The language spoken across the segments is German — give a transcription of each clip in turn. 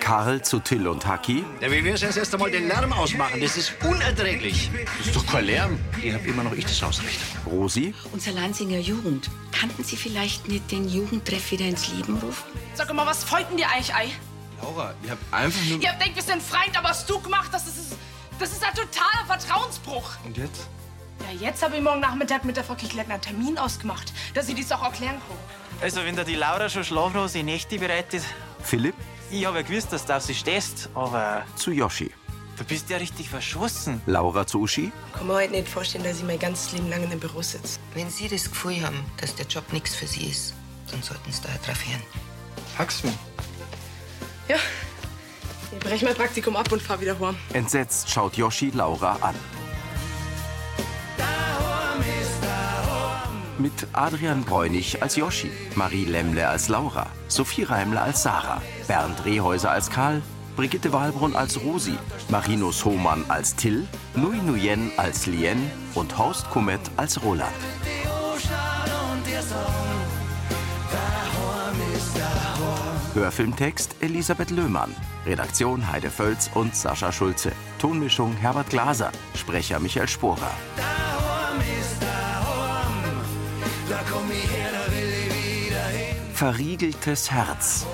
Karl zu Till und Haki. Ja, wir müssen jetzt erst einmal den Lärm ausmachen. Das ist unerträglich. Das ist doch kein Lärm. Ihr habt immer noch ich das Hausrecht. Rosi, Unser Lansinger Jugend. Kannten Sie vielleicht nicht den Jugendtreff wieder ins Leben rufen? Sag mal, was folgt denn dir eigentlich ei? Laura, ihr habt einfach nur... Ihr habt denkt, wir sind Freund, aber was du gemacht hast, das ist, das ist ein totaler Vertrauensbruch. Und jetzt? Ja, jetzt habe ich morgen Nachmittag mit der Frau Kichlettner einen Termin ausgemacht, dass ich dies auch erklären kann. Also, wenn da die Laura schon schlaflose Nächte bereitet, Philipp ich habe ja gewusst, dass du auf sie stehst, aber zu Yoshi. du bist ja richtig verschossen. Laura zu Uschi. kann mir halt nicht vorstellen, dass ich mein ganzes Leben lang in dem Büro sitze. Wenn Sie das Gefühl haben, dass der Job nichts für Sie ist, dann sollten Sie da drauf hören. Packst mir. Ja, ich breche mein Praktikum ab und fahr wieder heim. Entsetzt schaut Yoshi Laura an. Mit Adrian Bräunig als Yoshi, Marie Lemmle als Laura, Sophie Reimler als Sarah, Bernd Rehäuser als Karl, Brigitte Wahlbrunn als Rosi, Marinus Hohmann als Till, Nui Nuyen als Lien und Horst Kummet als Roland. Hörfilmtext Elisabeth Löhmann. Redaktion Heide Völz und Sascha Schulze. Tonmischung Herbert Glaser. Sprecher Michael Sporer. Verriegeltes Herz.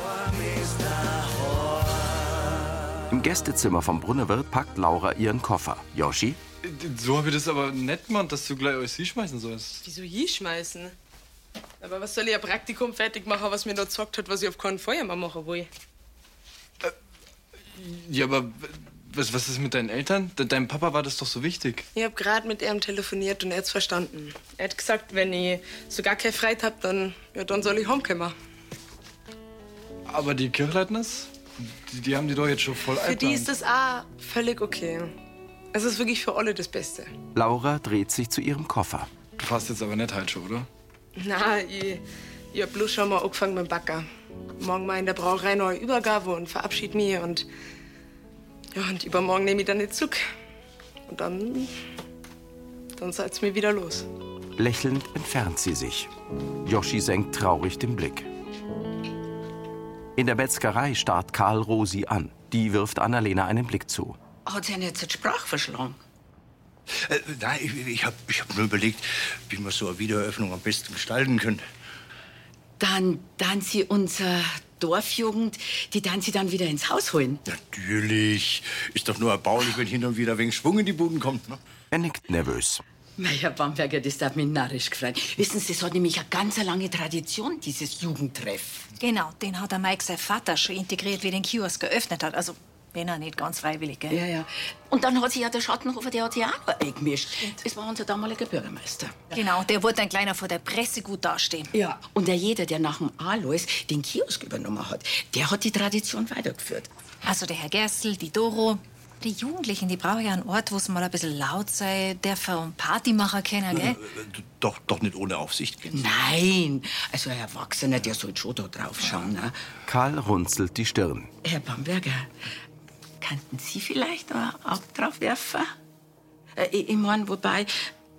Im Gästezimmer vom Brunnerwirt packt Laura ihren Koffer. Yoshi, So habe ich das aber nett gemacht, dass du gleich alles hinschmeißen sollst. Wieso je schmeißen? Aber was soll ich ein Praktikum fertig machen, was mir noch gesagt hat, was ich auf keinen Fall mehr machen will? Ja, aber was, was ist mit deinen Eltern? De deinem Papa war das doch so wichtig. Ich hab gerade mit ihm telefoniert und er hat's verstanden. Er hat gesagt, wenn ich so gar keine Freit hab, dann, ja, dann soll ich heimkommen. Aber die Kirchleitners, die, die haben die doch jetzt schon voll Für die eingeplant. ist das auch völlig okay. Es ist wirklich für alle das Beste. Laura dreht sich zu ihrem Koffer. Du fährst jetzt aber nicht halt schon, oder? Na, ich, ich hab bloß schon mal angefangen mit dem Backer. Morgen mal in der Brauerei neue Übergabe und verabschied mich und. Ja, und übermorgen nehme ich dann den Zug. Und dann. Dann seid's mir wieder los. Lächelnd entfernt sie sich. Yoshi senkt traurig den Blick. In der Metzgerei starrt Karl Rosi an. Die wirft Annalena einen Blick zu. Hat sie nicht zur Sprache verschlagen? Äh, nein, ich, ich habe ich hab nur überlegt, wie wir so eine Wiedereröffnung am besten gestalten können. Dann, dann sie unser Dorfjugend, die dann sie dann wieder ins Haus holen. Natürlich. Ist doch nur erbaulich, wenn hin und wieder ein wenig Schwung in die Buden kommt. Ne? Er nickt nervös. Meier Bamberger, das darf mich narrisch gefreut. Wissen Sie, es hat nämlich eine ganz lange Tradition, dieses Jugendtreff. Genau, den hat der Mike sein Vater schon integriert, wie den Kiosk geöffnet hat. Also, wenn er nicht ganz freiwillig, gell? ja. Und dann hat sich ja der Schattenhofer, der hat sich auch noch eingemischt. Das war unser damaliger Bürgermeister. Genau, der wollte ein kleiner vor der Presse gut dastehen. Ja, und der jeder, der nach dem Alois den Kiosk übernommen hat, der hat die Tradition weitergeführt. Also der Herr Gerstl, die Doro. Die Jugendlichen, die brauchen ja einen Ort, wo sie mal ein bisschen laut sein dürfen und Party machen können, gell? Äh, Doch, doch nicht ohne Aufsicht gehen. Nein, also ein Erwachsener, der sollte schon da drauf schauen. Ne? Karl runzelt die Stirn. Herr Bamberger, könnten Sie vielleicht ein Auge drauf werfen? Äh, ich ich meine, wobei,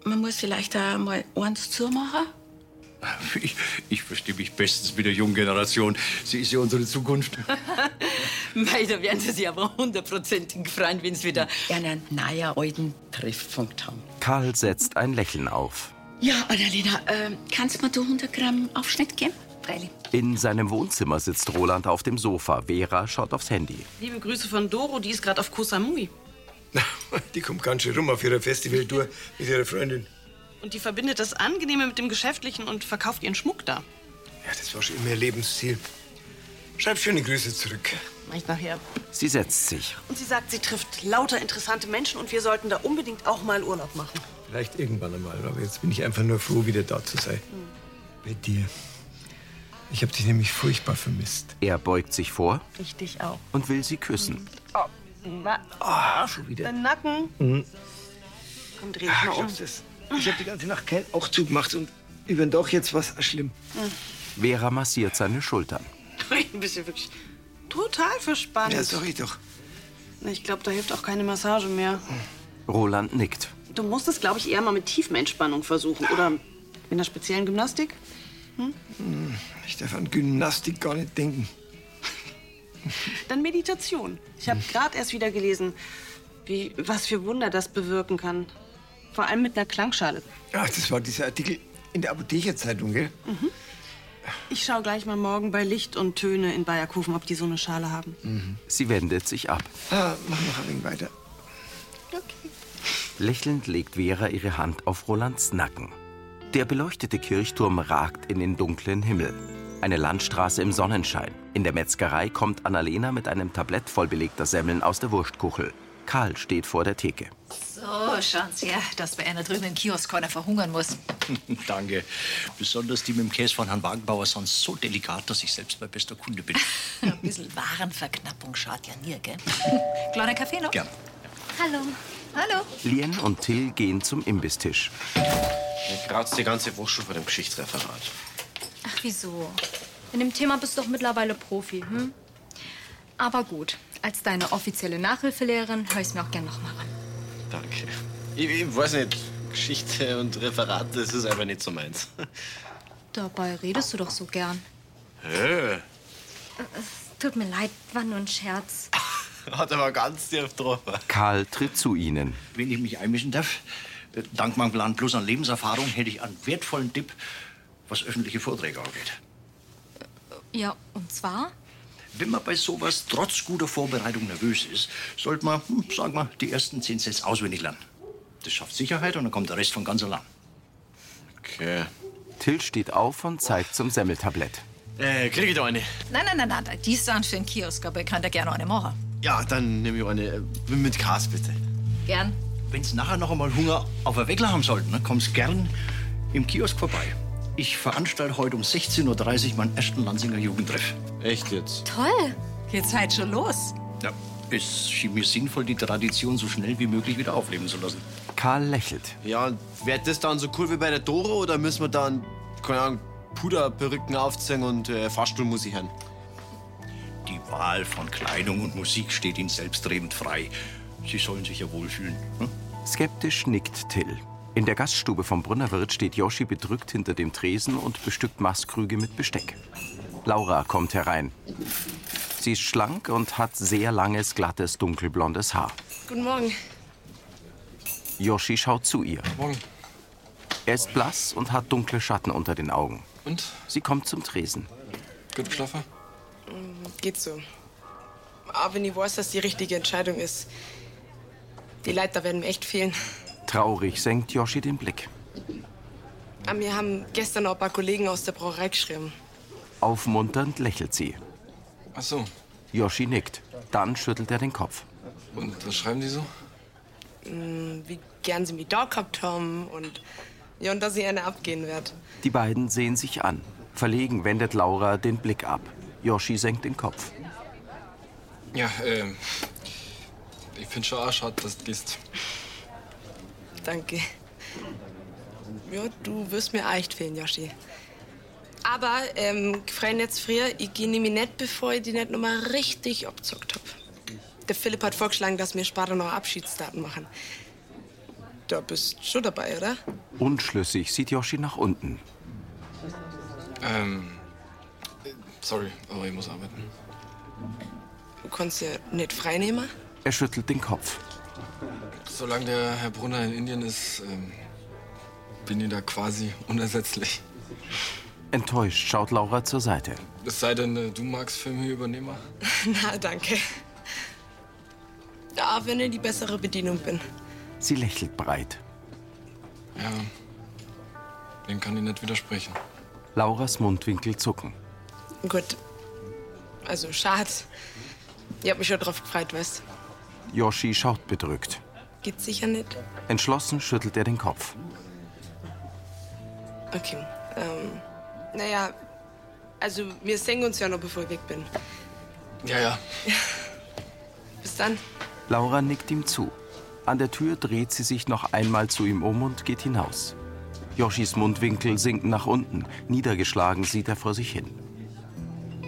man muss vielleicht auch mal eins zumachen. Ich, ich verstehe mich bestens mit der jungen Generation. Sie ist ja unsere Zukunft. Mei, da werden Sie sich aber hundertprozentig freuen, wenn Sie wieder einen neuen alten Treffpunkt haben. Karl setzt ein Lächeln auf. Ja, Annalena, ähm, kannst du mir da 100 Gramm Aufschnitt geben? Freilich. In seinem Wohnzimmer sitzt Roland auf dem Sofa. Vera schaut aufs Handy. Liebe Grüße von Doro, die ist gerade auf Koh Samui. Die kommt ganz schön rum auf ihrer Festivaltour mit ihrer Freundin. Und die verbindet das Angenehme mit dem Geschäftlichen und verkauft ihren Schmuck da. Ja, das war schon immer ihr Lebensziel. Schreib schöne Grüße zurück. Mach ich nachher. Sie setzt sich. Und sie sagt, sie trifft lauter interessante Menschen und wir sollten da unbedingt auch mal Urlaub machen. Vielleicht irgendwann einmal, aber jetzt bin ich einfach nur froh, wieder da zu sein. Hm, Bei dir. Ich habe dich nämlich furchtbar vermisst. Er beugt sich vor Ich dich auch. und will sie küssen. Na, Ah, schon wieder. dein Nacken. Komm, dreh dich mal um. das? Ich habe die ganze Nacht keinen Aufzug gemacht und über den Doch jetzt was schlimm. Vera massiert seine Schultern. Ich bin wirklich total verspannt. Ja, sorry doch. Ich glaube, da hilft auch keine Massage mehr. Roland nickt. Du musst es, glaube ich, eher mal mit Tiefenentspannung versuchen. Oder mit einer speziellen Gymnastik. Hm, Ich darf an Gymnastik gar nicht denken. Dann Meditation. Ich habe gerade erst wieder gelesen, wie, was für Wunder das bewirken kann. Vor allem mit einer Klangschale. Ach, das war dieser Artikel in der Apothekerzeitung, gell? Mhm. Ich schaue gleich mal morgen bei Licht und Töne in Bayerkofen, ob die so eine Schale haben. Mhm. Sie wendet sich ab. Ah, mach noch ein wenig weiter. Lächelnd legt Vera ihre Hand auf Rolands Nacken. Der beleuchtete Kirchturm ragt in den dunklen Himmel. Eine Landstraße im Sonnenschein. In der Metzgerei kommt Annalena mit einem Tablett voll belegter Semmeln aus der Wurstkuchel. Karl steht vor der Theke. So, schauen Sie her, dass bei einer drüben im Kiosk keiner verhungern muss. Danke. Besonders die mit dem Käse von Herrn Wagenbauer sonst so delikat, dass ich selbst mein bester Kunde bin. Ein bisschen Warenverknappung schadet ja nie, gell? Kleiner Kaffee noch? Gern. Hallo. Hallo. Lien und Till gehen zum Imbistisch. Ich kratze die ganze Woche schon vor dem Geschichtsreferat. Ach, wieso? In dem Thema bist du doch mittlerweile Profi, hm? Aber gut, als deine offizielle Nachhilfelehrerin höre ich mir auch gern nochmal an. Danke. Ich, ich weiß nicht, Geschichte und Referat, das ist einfach nicht so meins. Dabei redest du doch so gern. Hä? Es Äh, tut mir leid, war nur ein Scherz. Hat aber ganz tief drauf. Karl tritt zu ihnen. Wenn ich mich einmischen darf, äh, dank meinem Plan plus an Lebenserfahrung hätte ich einen wertvollen Tipp, was öffentliche Vorträge angeht. Ja, und zwar? Wenn man bei sowas trotz guter Vorbereitung nervös ist, sollte man, hm, sagen wir, die ersten zehn Sätze auswendig lernen. Das schafft Sicherheit und dann kommt der Rest von ganz allein. Okay. Till steht auf und zeigt zum Semmeltablett. Äh, krieg ich da eine? Nein, nein, nein, nein, die sind für den Kiosk, aber ich kann da gerne eine machen. Ja, dann nehme ich eine äh, mit Gras, bitte. Gern. Wenn's nachher noch einmal Hunger auf der Weckler haben sollten, dann kommst gern im Kiosk vorbei. Ich veranstalte heute um 16.30 Uhr meinen ersten Lansinger Jugendtreff. Echt jetzt? Toll. Geht's halt schon los. Ja, es schien mir sinnvoll, die Tradition so schnell wie möglich wieder aufleben zu lassen. Karl lächelt. Ja, und wird das dann so cool wie bei der Doro oder müssen wir dann, keine Ahnung, Puderperücken aufziehen und äh, Fahrstuhlmusik hören? Die Wahl von Kleidung und Musik steht Ihnen selbstredend frei. Sie sollen sich ja wohlfühlen. Hm? Skeptisch nickt Till. In der Gaststube vom Brunnerwirt steht Yoshi bedrückt hinter dem Tresen und bestückt Maßkrüge mit Besteck. Laura kommt herein. Sie ist schlank und hat sehr langes, glattes, dunkelblondes Haar. Guten Morgen. Yoshi schaut zu ihr. Er ist blass und hat dunkle Schatten unter den Augen. Und? Sie kommt zum Tresen. Gut geschlafen? Mm, Geht so. Aber wenn ich weiß, dass die richtige Entscheidung ist, die Leiter werden mir echt fehlen. Traurig senkt Yoshi den Blick. Aber Ah, mir haben gestern noch ein paar Kollegen aus der Brauerei geschrieben. Aufmunternd lächelt sie. Ach so. Yoshi nickt. Dann schüttelt er den Kopf. Und was schreiben die so? Mm, Wie gern sie mich da gehabt haben und, ja, und dass ich eine abgehen werde. Die beiden sehen sich an. Verlegen wendet Laura den Blick ab. Yoshi senkt den Kopf. Ja, ähm. Ich finde schon auch schade, dass du gehst. Danke. Ja, du wirst mir auch echt fehlen, Joshi. Aber, ähm, gefreien jetzt früher, ich gehe nämlich nicht, bevor ich die nicht nochmal richtig abzockt hab. Der Philipp hat vorgeschlagen, dass wir später noch Abschiedsdaten machen. Da bist schon dabei, oder? Unschlüssig sieht Yoshi nach unten. Ähm. äh, Sorry, aber ich muss arbeiten. Du kannst ja nicht freinehmen. Er schüttelt den Kopf. Solange der Herr Brunner in Indien ist, ähm, bin ich da quasi unersetzlich. Enttäuscht schaut Laura zur Seite. Es sei denn, äh, du magst Filme übernehmen. Na, danke. Ja, wenn ich die bessere Bedienung bin. Sie lächelt breit. Ja. Dem kann ich nicht widersprechen. Lauras Mundwinkel zucken. Gut. Also, schade. Ich hab mich schon drauf gefreut, weißt Yoshi schaut bedrückt. Geht sicher nicht. Entschlossen schüttelt er den Kopf. Okay. Ähm, naja, also, wir sehen uns ja noch, bevor ich weg bin. Ja, ja. Bis dann. Laura nickt ihm zu. An der Tür dreht sie sich noch einmal zu ihm um und geht hinaus. Yoshis Mundwinkel sinken nach unten. Niedergeschlagen sieht er vor sich hin.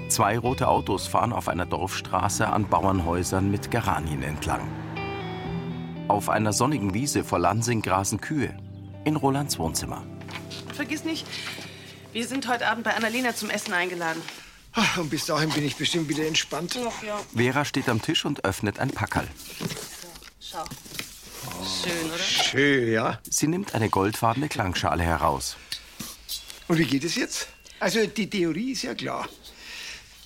Zwei rote Autos fahren auf einer Dorfstraße an Bauernhäusern mit Geranien entlang. Auf einer sonnigen Wiese vor Lansing grasen Kühe. In Rolands Wohnzimmer. Vergiss nicht, wir sind heute Abend bei Annalena zum Essen eingeladen. Ah, Und bis dahin bin ich bestimmt wieder entspannt. Ach ja. Vera steht am Tisch und öffnet ein Packerl. Schau. Schön, oder? Schön, ja. Sie nimmt eine goldfarbene Klangschale heraus. Und wie geht es jetzt? Also die Theorie ist ja klar.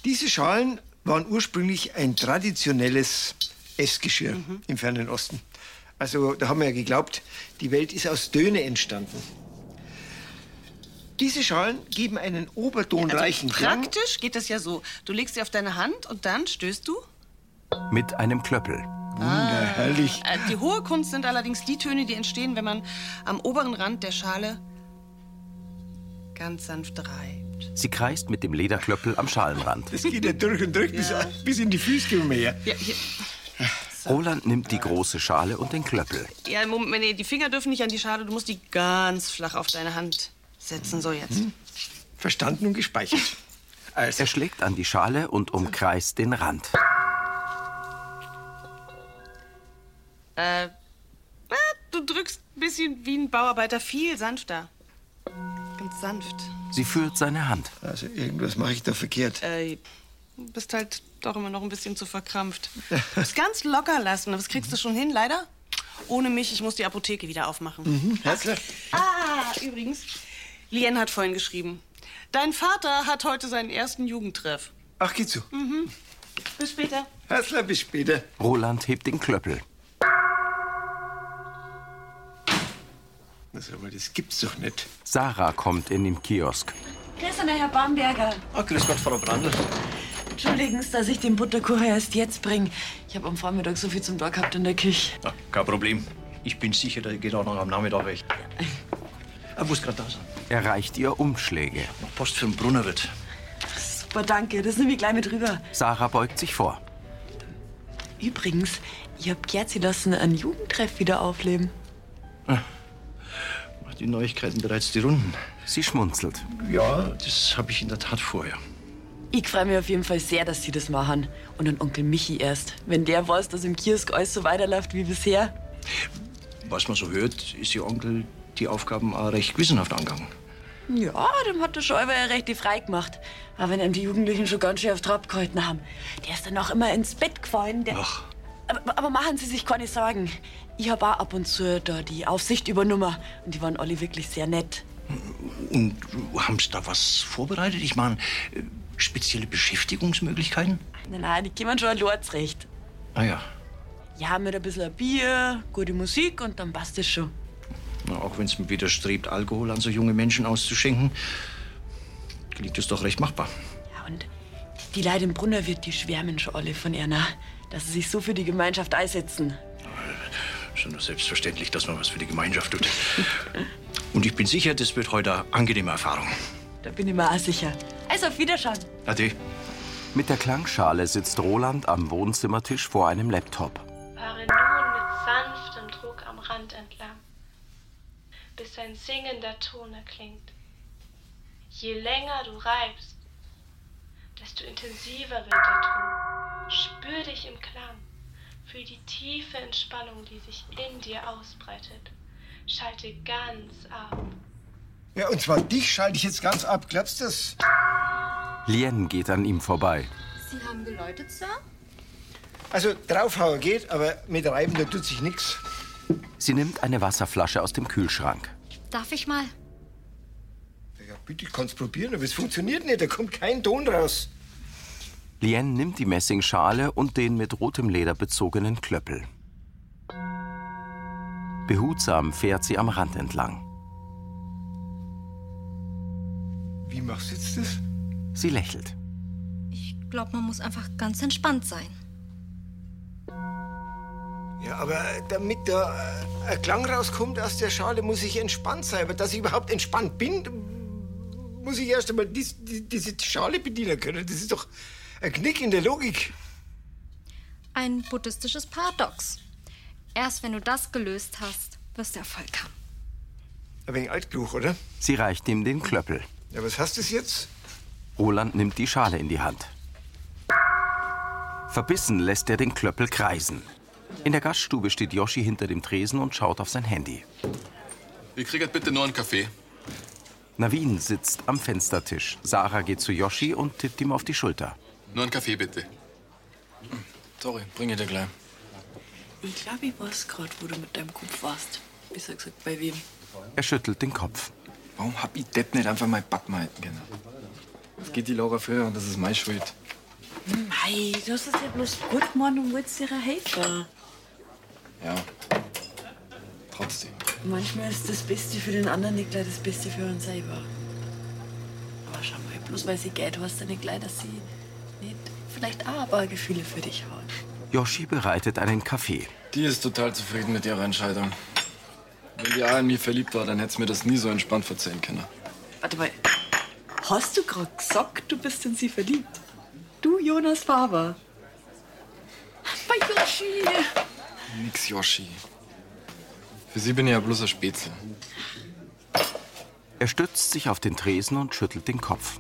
Diese Schalen waren ursprünglich ein traditionelles Essgeschirr Mhm. im fernen Osten. Also da haben wir ja geglaubt, die Welt ist aus Döne entstanden. Diese Schalen geben einen Also, obertonreichen Klang. praktisch geht das ja so. Du legst sie auf deine Hand und dann stößt du. Mit einem Klöppel. Wunderherrlich. Äh, Die hohe Kunst sind allerdings die Töne, die entstehen, wenn man am oberen Rand der Schale ganz sanft reibt. Sie kreist mit dem Lederklöppel am Schalenrand. Das geht ja durch und durch bis, bis in die Füße gehen wir her. Ja, hier, Roland nimmt die große Schale und den Klöppel. ja Moment, nee, die Finger dürfen nicht an die Schale. Du musst die ganz flach auf deine Hand setzen. So jetzt. Verstanden und gespeichert. Also. Er schlägt an die Schale und umkreist den Rand. Äh, ah, du drückst ein bisschen wie ein Bauarbeiter, viel sanfter. Ganz sanft. Sie führt seine Hand. Also irgendwas mache ich da verkehrt. Äh, du bist halt doch immer noch ein bisschen zu verkrampft. Du musst ganz locker lassen, aber das kriegst du schon hin, leider. Ohne mich, ich muss die Apotheke wieder aufmachen. Mhm, herzlich. Ah, übrigens, Lien hat vorhin geschrieben. Dein Vater hat heute seinen ersten Jugendtreff. Ach, geht so. Mhm. Bis später. Herzlich, bis später. Roland hebt den Klöppel. Also, aber das gibt's doch nicht. Sarah kommt in den Kiosk. Grüß Gott, Herr Bamberger. Ah, grüß Gott, Frau Brandl. Entschuldigen Sie, dass ich den Butterkuchen erst jetzt bringe. Ich habe am Vormittag so viel zum Tag gehabt in der Küche. Ja, kein Problem. Ich bin sicher, da geht auch noch am Nachmittag weg. Er muss gerade da sein. Er reicht ihr Umschläge. Post für den Brunnerwirt. Super, danke. Das nehme ich gleich mit rüber. Sarah beugt sich vor. Übrigens, ich habe Gerzi lassen einen Jugendtreff wieder aufleben. Macht die Neuigkeiten bereits die Runden. Sie schmunzelt. Ja, das habe ich in der Tat vorher. Ich freue mich auf jeden Fall sehr, dass Sie das machen. Und an Onkel Michi erst. Wenn der weiß, dass im Kiosk alles so weiterläuft wie bisher. Was man so hört, ist Ihr Onkel die Aufgaben auch recht gewissenhaft angegangen. Ja, dem hat der Schäuber ja recht die frei gemacht. Aber wenn ihm die Jugendlichen schon ganz schön auf Trab gehalten haben, der ist dann auch immer ins Bett gefallen. Der Ach. Aber, aber machen Sie sich keine Sorgen. Ich habe auch ab und zu da die Aufsicht übernommen. Und die waren alle wirklich sehr nett. Und haben Sie da was vorbereitet? Ich meine, äh, spezielle Beschäftigungsmöglichkeiten? Nein, nein, die kommen schon allein zurecht. Ah ja, Ja, mit ein bisschen Bier, gute Musik und dann passt es schon. Na, auch wenn es mir widerstrebt, Alkohol an so junge Menschen auszuschenken, klingt es doch recht machbar. Ja, und die Leute im Brunner wird, die schwärmen schon alle von Erna, dass sie sich so für die Gemeinschaft einsetzen. Schon doch selbstverständlich, dass man was für die Gemeinschaft tut. Und ich bin sicher, das wird heute eine angenehme Erfahrung. Da bin ich mir auch sicher. Also auf Wiederschauen. Ade. Mit der Klangschale sitzt Roland am Wohnzimmertisch vor einem Laptop. Fahre nun mit sanftem Druck am Rand entlang, bis ein singender Ton erklingt. Je länger du reibst, desto intensiver wird der Ton. Spür dich im Klang, fühl die tiefe Entspannung, die sich in dir ausbreitet. Schalte ganz ab. Ja, und zwar dich schalte ich jetzt ganz ab. Glaubst du das? Lien geht an ihm vorbei. Sie haben geläutet, Sir? Also, draufhauen geht, aber mit Reiben, da tut sich nichts. Sie nimmt eine Wasserflasche aus dem Kühlschrank. Darf ich mal? Ja, bitte, ich kann's probieren, aber es funktioniert nicht. Da kommt kein Ton raus. Lien nimmt die Messingschale und den mit rotem Leder bezogenen Klöppel. Behutsam fährt sie am Rand entlang. Wie machst du jetzt das? Sie lächelt. Ich glaube, man muss einfach ganz entspannt sein. Ja, aber damit da äh, ein Klang rauskommt aus der Schale, muss ich entspannt sein. Aber dass ich überhaupt entspannt bin, muss ich erst einmal dies, die, diese Schale bedienen können. Das ist doch ein Knick in der Logik. Ein buddhistisches Paradox. Erst wenn du das gelöst hast, wirst du Erfolg haben. Ein wenig altklug, oder? Sie reicht ihm den Klöppel. Ja, was hast du jetzt? Roland nimmt die Schale in die Hand. Verbissen lässt er den Klöppel kreisen. In der Gaststube steht Yoshi hinter dem Tresen und schaut auf sein Handy. Ihr kriegt bitte nur einen Kaffee. Navin sitzt am Fenstertisch. Sarah geht zu Yoshi und tippt ihm auf die Schulter. Nur einen Kaffee bitte. Sorry, bring ich dir gleich. Ich glaube, ich weiß gerade, wo du mit deinem Kopf warst. Besser gesagt, bei wem. Er schüttelt den Kopf. Warum hab ich Depp nicht einfach mal Backmalten genannt? Das geht die Laura für und das ist meine Schuld. Mei, Hm, du hast es ja bloß gut gemacht und wolltest ihrer helfen. Ja. Trotzdem. Manchmal ist das Beste für den anderen nicht gleich das Beste für uns selber. Aber schau mal, bloß weil sie Geld hast, dann nicht gleich, dass sie nicht vielleicht auch ein paar Gefühle für dich hat. Yoshi bereitet einen Kaffee. Die ist total zufrieden mit ihrer Entscheidung. Wenn die A in mich verliebt war, dann hätte sie mir das nie so entspannt verzeihen können. Warte mal, hast du gerade gesagt, du bist in sie verliebt? Du, Jonas Faber. Bei Yoshi. Nix, Yoshi. Für sie bin ich ja bloß ein Spätzle. Er stützt sich auf den Tresen und schüttelt den Kopf.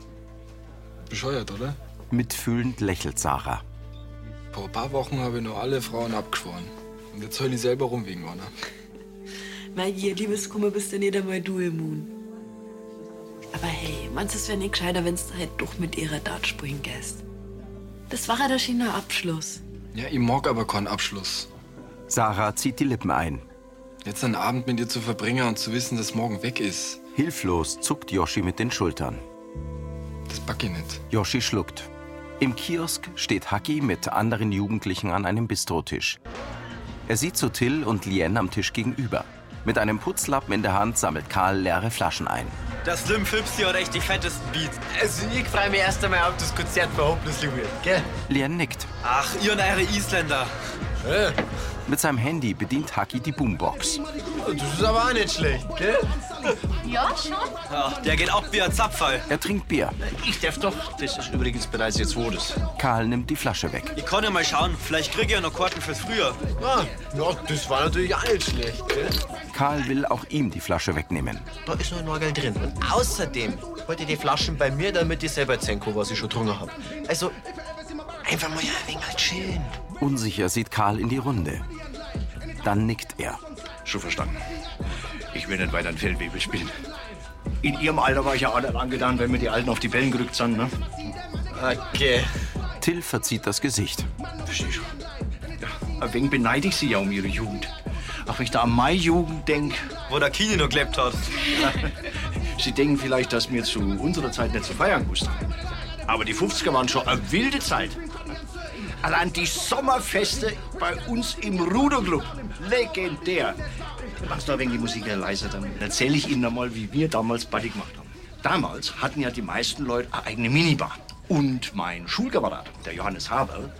Bescheuert, oder? Mitfühlend lächelt Sarah. Vor ein paar Wochen habe ich noch alle Frauen abgeschworen. Und jetzt soll ich selber rumwegen, oder? Mein ihr Liebeskummer bist ja nicht einmal du immun. Aber hey, meinst du, es wäre nicht gescheiter, wenn du halt doch mit ihrer Dart springen gehst? Das war ja der schöne Abschluss. Ja, ich mag aber keinen Abschluss. Sarah zieht die Lippen ein. Jetzt einen Abend mit dir zu verbringen und zu wissen, dass morgen weg ist, Hilflos zuckt Yoshi mit den Schultern. das pack ich nicht. Yoshi schluckt. Im Kiosk steht Haki mit anderen Jugendlichen an einem Bistrotisch. Er sieht zu Till und Lien am Tisch gegenüber. Mit einem Putzlappen in der Hand sammelt Karl leere Flaschen ein. Der Slim Fips hier hat echt die fettesten Beats. Also ich freue mich erst einmal auf das Konzert bei Hopeless Limit, gell? Lien nickt. Ach, ihr und eure Isländer. Mit seinem Handy bedient Haki die Boombox. Das ist aber auch nicht schlecht, gell? Ja, schon. Ach, der geht ab wie ein Zapfall. Er trinkt Bier. Ich darf doch. Das ist übrigens bereits jetzt Wodes. Karl nimmt die Flasche weg. Ich kann ja mal schauen, vielleicht kriege ich ja noch Karten fürs Frühjahr. Ah, ja, das war natürlich auch nicht schlecht, gell? Karl will auch ihm die Flasche wegnehmen. Da ist noch ein Nagel drin. Und außerdem wollte ich die Flaschen bei mir, damit ich selber sehen kann, was ich schon getrunken habe. Also, einfach mal ein wenig chillen. Unsicher sieht Karl in die Runde. Dann nickt er. Schon verstanden. Ich will nicht weiter ein Feldwebel spielen. In ihrem Alter war ich ja auch nicht angetan, wenn mir die Alten auf die Bällen gerückt sind, ne? Okay. Till verzieht das Gesicht. Versteh schon. Ja, ein wenig Äh, beneide ich sie ja um ihre Jugend. Ach, wenn ich da an meine Jugend denke. Wo der Kini noch gelebt hat. Sie denken vielleicht, dass wir zu unserer Zeit nicht zu feiern wussten. Aber die 50er waren schon eine wilde Zeit. Allein die Sommerfeste bei uns im Rudo-Club. Legendär. Machst du ein wenig die Musik leiser, dann erzähle ich Ihnen einmal, wie wir damals Party gemacht haben. Damals hatten ja die meisten Leute eine eigene Minibar. Und mein Schulkamerad, der Johannes Haberl,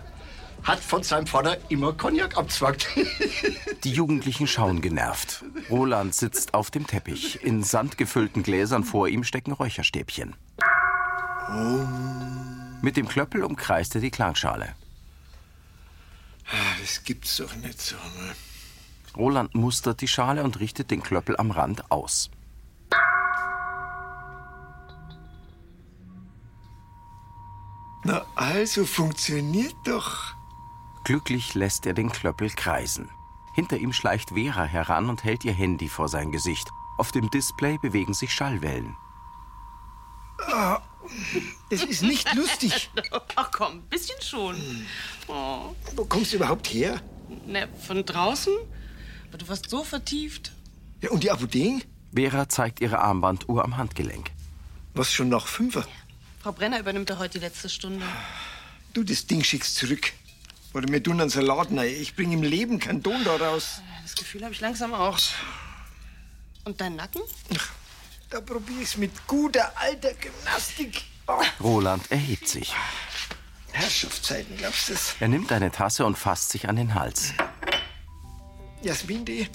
hat von seinem Vater immer Cognac abzwackt. Die Jugendlichen schauen genervt. Roland sitzt auf dem Teppich. In sandgefüllten Gläsern vor ihm stecken Räucherstäbchen. Mit dem Klöppel umkreist er die Klangschale. Ah, Das gibt's doch nicht, sag mal. Roland mustert die Schale und richtet den Klöppel am Rand aus. Na, also funktioniert doch. Glücklich lässt er den Klöppel kreisen. Hinter ihm schleicht Vera heran und hält ihr Handy vor sein Gesicht. Auf dem Display bewegen sich Schallwellen. Ah, das ist nicht lustig. Ach komm, ein bisschen schon. Oh. Wo kommst du überhaupt her? Ne, von draußen? Aber du warst so vertieft. Ja, und die Apotheken? Vera zeigt ihre Armbanduhr am Handgelenk. Was schon nach Fünfer? Frau Brenner übernimmt ja heute die letzte Stunde. Du, das Ding schickst zurück. Oder mir tun einen Salat rein. Ich bring im Leben keinen Ton daraus. Das Gefühl habe ich langsam auch. Und dein Nacken? Da probier ich's mit guter alter Gymnastik. Roland erhebt sich. Herrschaftszeiten, glaubst du das? Er nimmt eine Tasse und fasst sich an den Hals. Jasmin, die?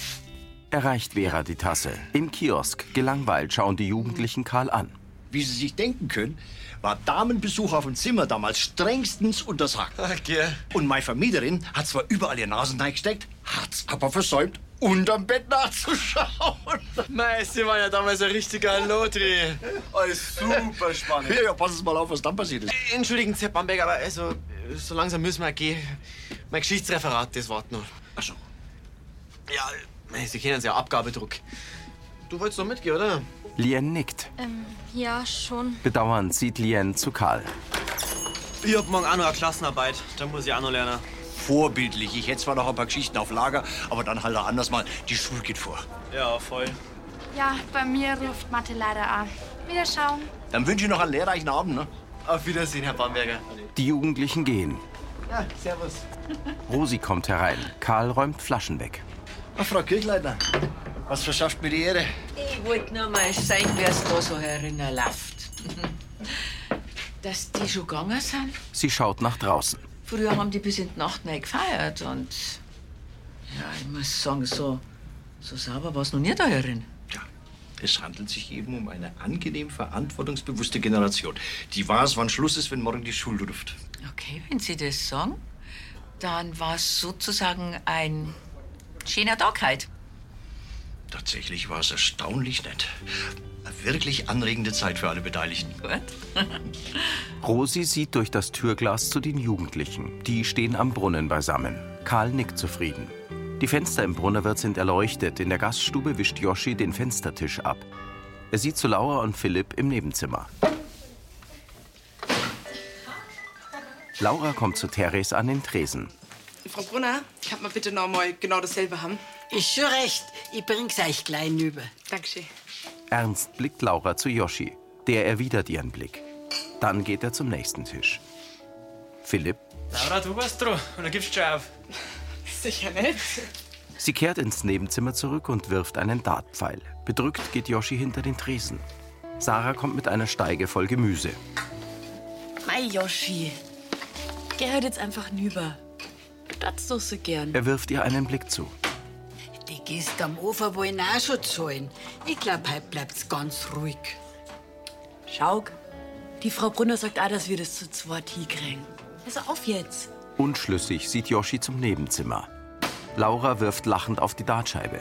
Erreicht Vera die Tasse. Im Kiosk, gelangweilt, schauen die Jugendlichen Karl an. Wie Sie sich denken können, war Damenbesuch auf dem Zimmer damals strengstens untersagt. Und meine Vermieterin hat zwar überall ihr Nasen reingesteckt, hat's aber versäumt, unterm Bett nachzuschauen. Mei, sie waren ja damals ein richtiger Lotri. Alles super spannend. Ja, ja, passen Sie mal auf, was dann passiert ist. Entschuldigen, Herr Bamberg, aber also, so langsam müssen wir gehen. Mein Geschichtsreferat, das wartet noch. Ach so. Ja, mei, Sie kennen es ja, Abgabedruck. Du wolltest doch mitgehen, oder? Lien nickt. Ähm, ja, schon. Bedauernd sieht Lien zu Karl. Ich hab morgen auch noch eine Klassenarbeit. Da muss ich auch noch lernen. Vorbildlich. Ich hätte zwar noch ein paar Geschichten auf Lager, aber dann halt auch anders mal. Die Schule geht vor. Ja, voll. Ja, bei mir ruft Mathe leider an. Wiederschauen. Dann wünsche ich noch einen lehrreichen Abend, ne? Auf Wiedersehen, Herr Bamberger. Die Jugendlichen gehen. Ja, servus. Rosi kommt herein. Karl räumt Flaschen weg. Ach, Frau Kirchleitner, was verschafft mir die Ehre? Ich wollte nur mal sehen, wer es da so herinnerläuft. Dass die schon gegangen sind. Sie schaut nach draußen. Früher haben die bis in die Nacht rein gefeiert und. Ja, ich muss sagen, so, so sauber war es noch nie da herin. Es handelt sich eben um eine angenehm verantwortungsbewusste Generation. Die weiß, wann Schluss ist, wenn morgen die Schule ruft. Okay, wenn Sie das sagen, dann war es sozusagen ein schöner Tag heute. Tatsächlich war es erstaunlich nett. Eine wirklich anregende Zeit für alle Beteiligten. Rosi sieht durch das Türglas zu den Jugendlichen. Die stehen am Brunnen beisammen. Karl nickt zufrieden. Die Fenster im Brunnerwirt sind erleuchtet. In der Gaststube wischt Joschi den Fenstertisch ab. Er sieht zu Laura und Philipp im Nebenzimmer. Laura kommt zu Therese an den Tresen. Frau Brunner, kann man bitte noch mal genau dasselbe haben? Ist schon recht. Ich bring's euch gleich über. Dankeschön. Ernst blickt Laura zu Joschi. Der erwidert ihren Blick. Dann geht er zum nächsten Tisch. Philipp, Laura, du warst dran. Und dann gibst du schon auf. Sicher nicht. sie kehrt ins Nebenzimmer zurück und wirft einen Dartpfeil. Bedrückt geht Joschi hinter den Tresen. Sarah kommt mit einer Steige voll Gemüse. Mei, Yoshi. Geh halt jetzt einfach nüber. Du datst doch so gern. Er wirft ihr einen Blick zu. Die gehst am Ufer wohl auch schon zahlen. Ich glaub, heute bleibt's ganz ruhig. Schau, die Frau Brunner sagt auch, dass wir das zu zweit hinkriegen. Also auf jetzt. Unschlüssig sieht Yoshi zum Nebenzimmer. Laura wirft lachend auf die Dartscheibe.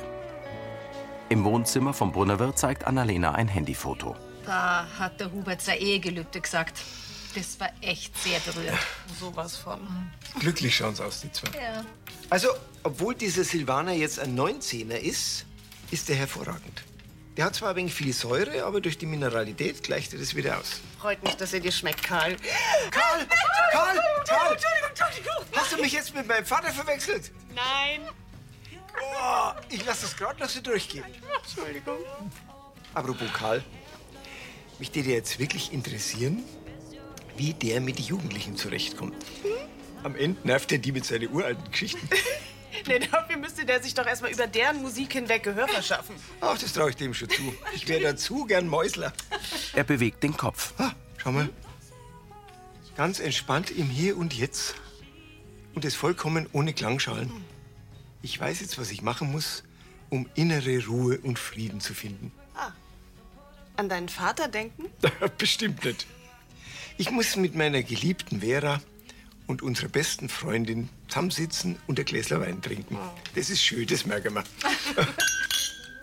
Im Wohnzimmer vom Brunnerwirt zeigt Annalena ein Handyfoto. Da hat der Hubert sein Ehegelübde gesagt. Das war echt sehr berührend. Sowas von. Glücklich schauen sie aus, die zwei. Ja. Also, obwohl dieser Silvaner jetzt ein 19er ist, ist er hervorragend. Der hat zwar ein wenig viel Säure, aber durch die Mineralität gleicht er das wieder aus. Freut mich, dass er dir schmeckt, Karl. Karl! Karl! Karl! Entschuldigung, Entschuldigung! Hast du mich jetzt mit meinem Vater verwechselt? Nein! Oh, ich lasse das gerade noch so durchgehen. Entschuldigung. Apropos Karl, mich würde jetzt wirklich interessieren, wie der mit den Jugendlichen zurechtkommt. Am Ende nervt er die mit seinen uralten Geschichten. Nee, dafür müsste der sich doch erstmal über deren Musik hinweg Gehör verschaffen. Ach, das traue ich dem schon zu. Ich wäre dazu gern Mäusler. Er bewegt den Kopf. Ah, schau mal. Ganz entspannt im Hier und Jetzt. Und es vollkommen ohne Klangschalen. Ich weiß jetzt, was ich machen muss, um innere Ruhe und Frieden zu finden. An deinen Vater denken? Bestimmt nicht. Ich muss mit meiner geliebten Vera und unserer besten Freundin zusammensitzen und ein Gläsler Wein trinken. Das ist schön, das merken wir.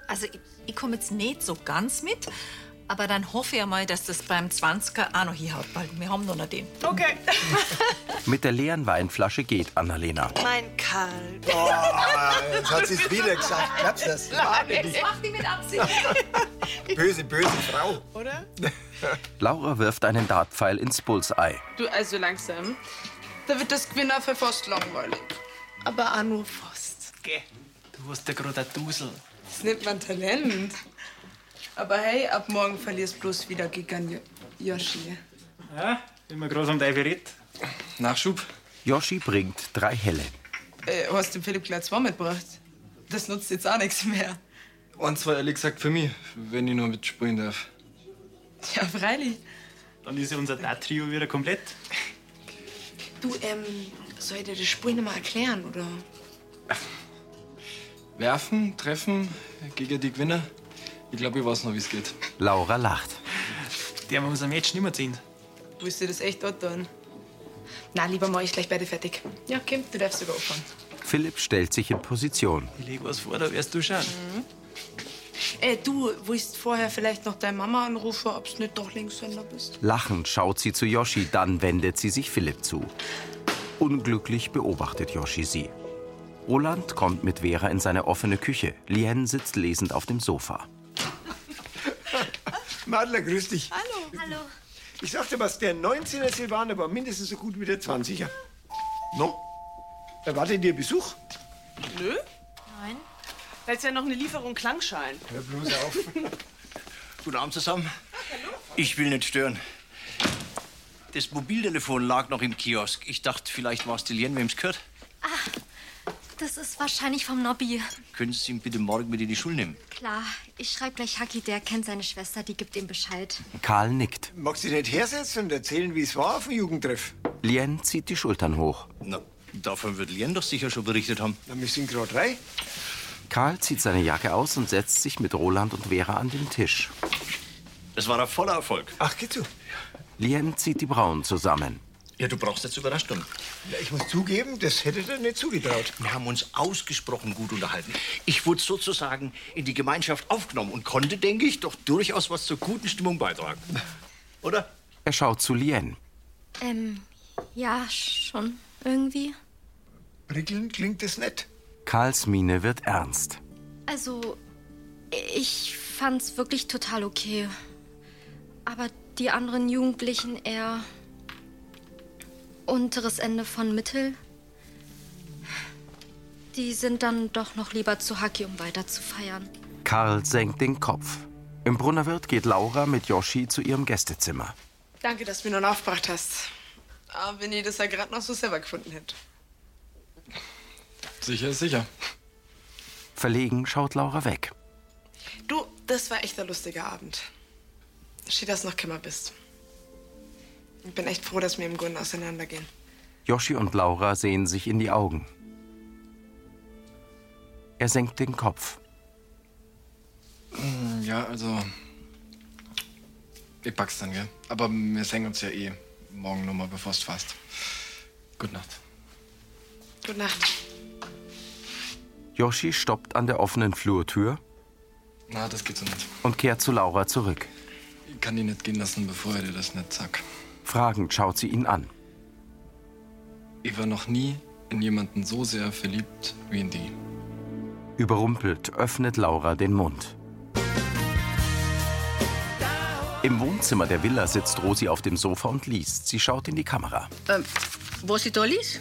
Also, ich, ich komme jetzt nicht so ganz mit, aber dann hoffe ich mal, dass das beim 20er auch noch hinhaut, weil wir haben noch den. Okay. Mit der leeren Weinflasche geht Annalena. Mein Karl. Oh, jetzt hat sie's wieder gesagt. Glaubst du das? Das macht die mit Absicht. Böse, böse Frau. Oder? Laura wirft einen Dartpfeil ins Bullseye. Du, also langsam. Da wird das Gewinner für fast langweilig. Aber auch nur fast. Geh. Du hast ja gerade ein Dusel. Das nennt man Talent. Aber hey, ab morgen verlierst bloß wieder gegen Jo- Yoshi. Ja, immer groß um Teufel redet. Nachschub. Yoshi bringt drei Helle. Äh, hast du Philipp gleich zwei mitgebracht? Das nutzt jetzt auch nichts mehr. Und zwar ehrlich gesagt für mich, wenn ich nur mitspringen darf. Ja, freilich. Dann ist ja unser Dart-Trio wieder komplett. Du, ähm, soll ich dir das Springen mal erklären, oder? Werfen, treffen, gegen die Gewinner. Ich glaube, ich weiß noch, wie es geht. Laura lacht. Der haben wir uns am Match nicht mehr ziehen. Willst du das echt dort tun? Na, lieber mal, ich gleich beide fertig. Ja, Kim, du darfst sogar aufhören. Philipp stellt sich in Position. Ich leg was vor, da wirst du schauen. Äh, Ey, du willst vorher vielleicht noch deine Mama anrufen, ob's nicht doch Linkshänder bist. Lachend schaut sie zu Yoshi, dann wendet sie sich Philipp zu. Unglücklich beobachtet Yoshi sie. Roland kommt mit Vera in seine offene Küche. Lien sitzt lesend auf dem Sofa. Madler, grüß dich. Hallo. Hallo. Ich sagte was, der 19er Silvaner war mindestens so gut wie der 20er. No? Erwartet ihr Besuch? Nö. Nein. Da ist ja noch eine Lieferung Klangschalen. Hör bloß auf. Guten Abend zusammen. Ich will nicht stören. Das Mobiltelefon lag noch im Kiosk. Ich dachte, vielleicht war es die Lien, wem's gehört. Das ist wahrscheinlich vom Nobby. Können Sie es ihm bitte morgen mit in die Schule nehmen? Klar, ich schreibe gleich Haki, der kennt seine Schwester, die gibt ihm Bescheid. Karl nickt. Magst du dich nicht hersetzen und erzählen, wie es war auf dem Jugendtreff? Lien zieht die Schultern hoch. Na, davon wird Lien doch sicher schon berichtet haben. Na, wir sind gerade drei. Karl zieht seine Jacke aus und setzt sich mit Roland und Vera an den Tisch. Das war ein voller Erfolg. Ach, geh zu. Lien zieht die Brauen zusammen. Ja, du brauchst jetzt Überraschung. Ich muss zugeben, das hätte er nicht zugetraut. Wir haben uns ausgesprochen gut unterhalten. Ich wurde sozusagen in die Gemeinschaft aufgenommen und konnte, denke ich, doch durchaus was zur guten Stimmung beitragen. Oder? Er schaut zu Lien. Ähm, ja, schon irgendwie. Prickelnd klingt es nett. Karls Miene wird ernst. Also, ich fand's wirklich total okay. Aber die anderen Jugendlichen eher unteres Ende von Mittel. Die sind dann doch noch lieber zu Haki, um weiter zu feiern. Karl senkt den Kopf. Im Brunnerwirt geht Laura mit Yoshi zu ihrem Gästezimmer. Danke, dass du mir noch aufgebracht hast. Aber wenn ich das ja gerade noch so selber gefunden hätte. Sicher ist sicher. Verlegen schaut Laura weg. Du, das war echt ein lustiger Abend. Schön, dass du noch Kimmer bist. Ich bin echt froh, dass wir im Grunde auseinandergehen. Yoshi und Laura sehen sich in die Augen. Er senkt den Kopf. Hm, Ja, also. Ich pack's dann, gell? Aber wir sehen uns ja eh morgen nochmal, bevor es fast. Gute Nacht. Gute Nacht. Yoshi stoppt an der offenen Flurtür Na, das geht so nicht. und kehrt zu Laura zurück. Ich kann die nicht gehen lassen, bevor er dir das nicht sagt. Fragend schaut sie ihn an. Ich war noch nie in jemanden so sehr verliebt wie in die. Überrumpelt öffnet Laura den Mund. Im Wohnzimmer der Villa sitzt Rosi auf dem Sofa und liest. Sie schaut in die Kamera. Ähm, was ich da liess?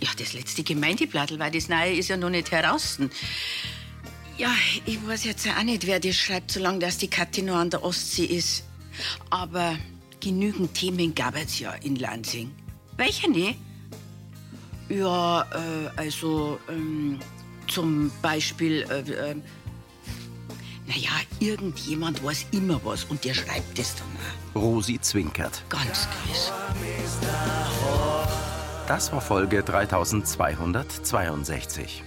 Ja, das letzte Gemeindeblattel, weil das Neue ist ja noch nicht heraus. Ja, ich weiß jetzt auch nicht, wer das schreibt, solange dass die Kathi noch an der Ostsee ist. Aber genügend Themen gab es ja in Lansing. Welche ne? Ja, äh, also ähm, zum Beispiel, äh, äh, naja, irgendjemand weiß immer was und der schreibt es dann Rosi zwinkert. auch ganz gewiss. Das war Folge 3262.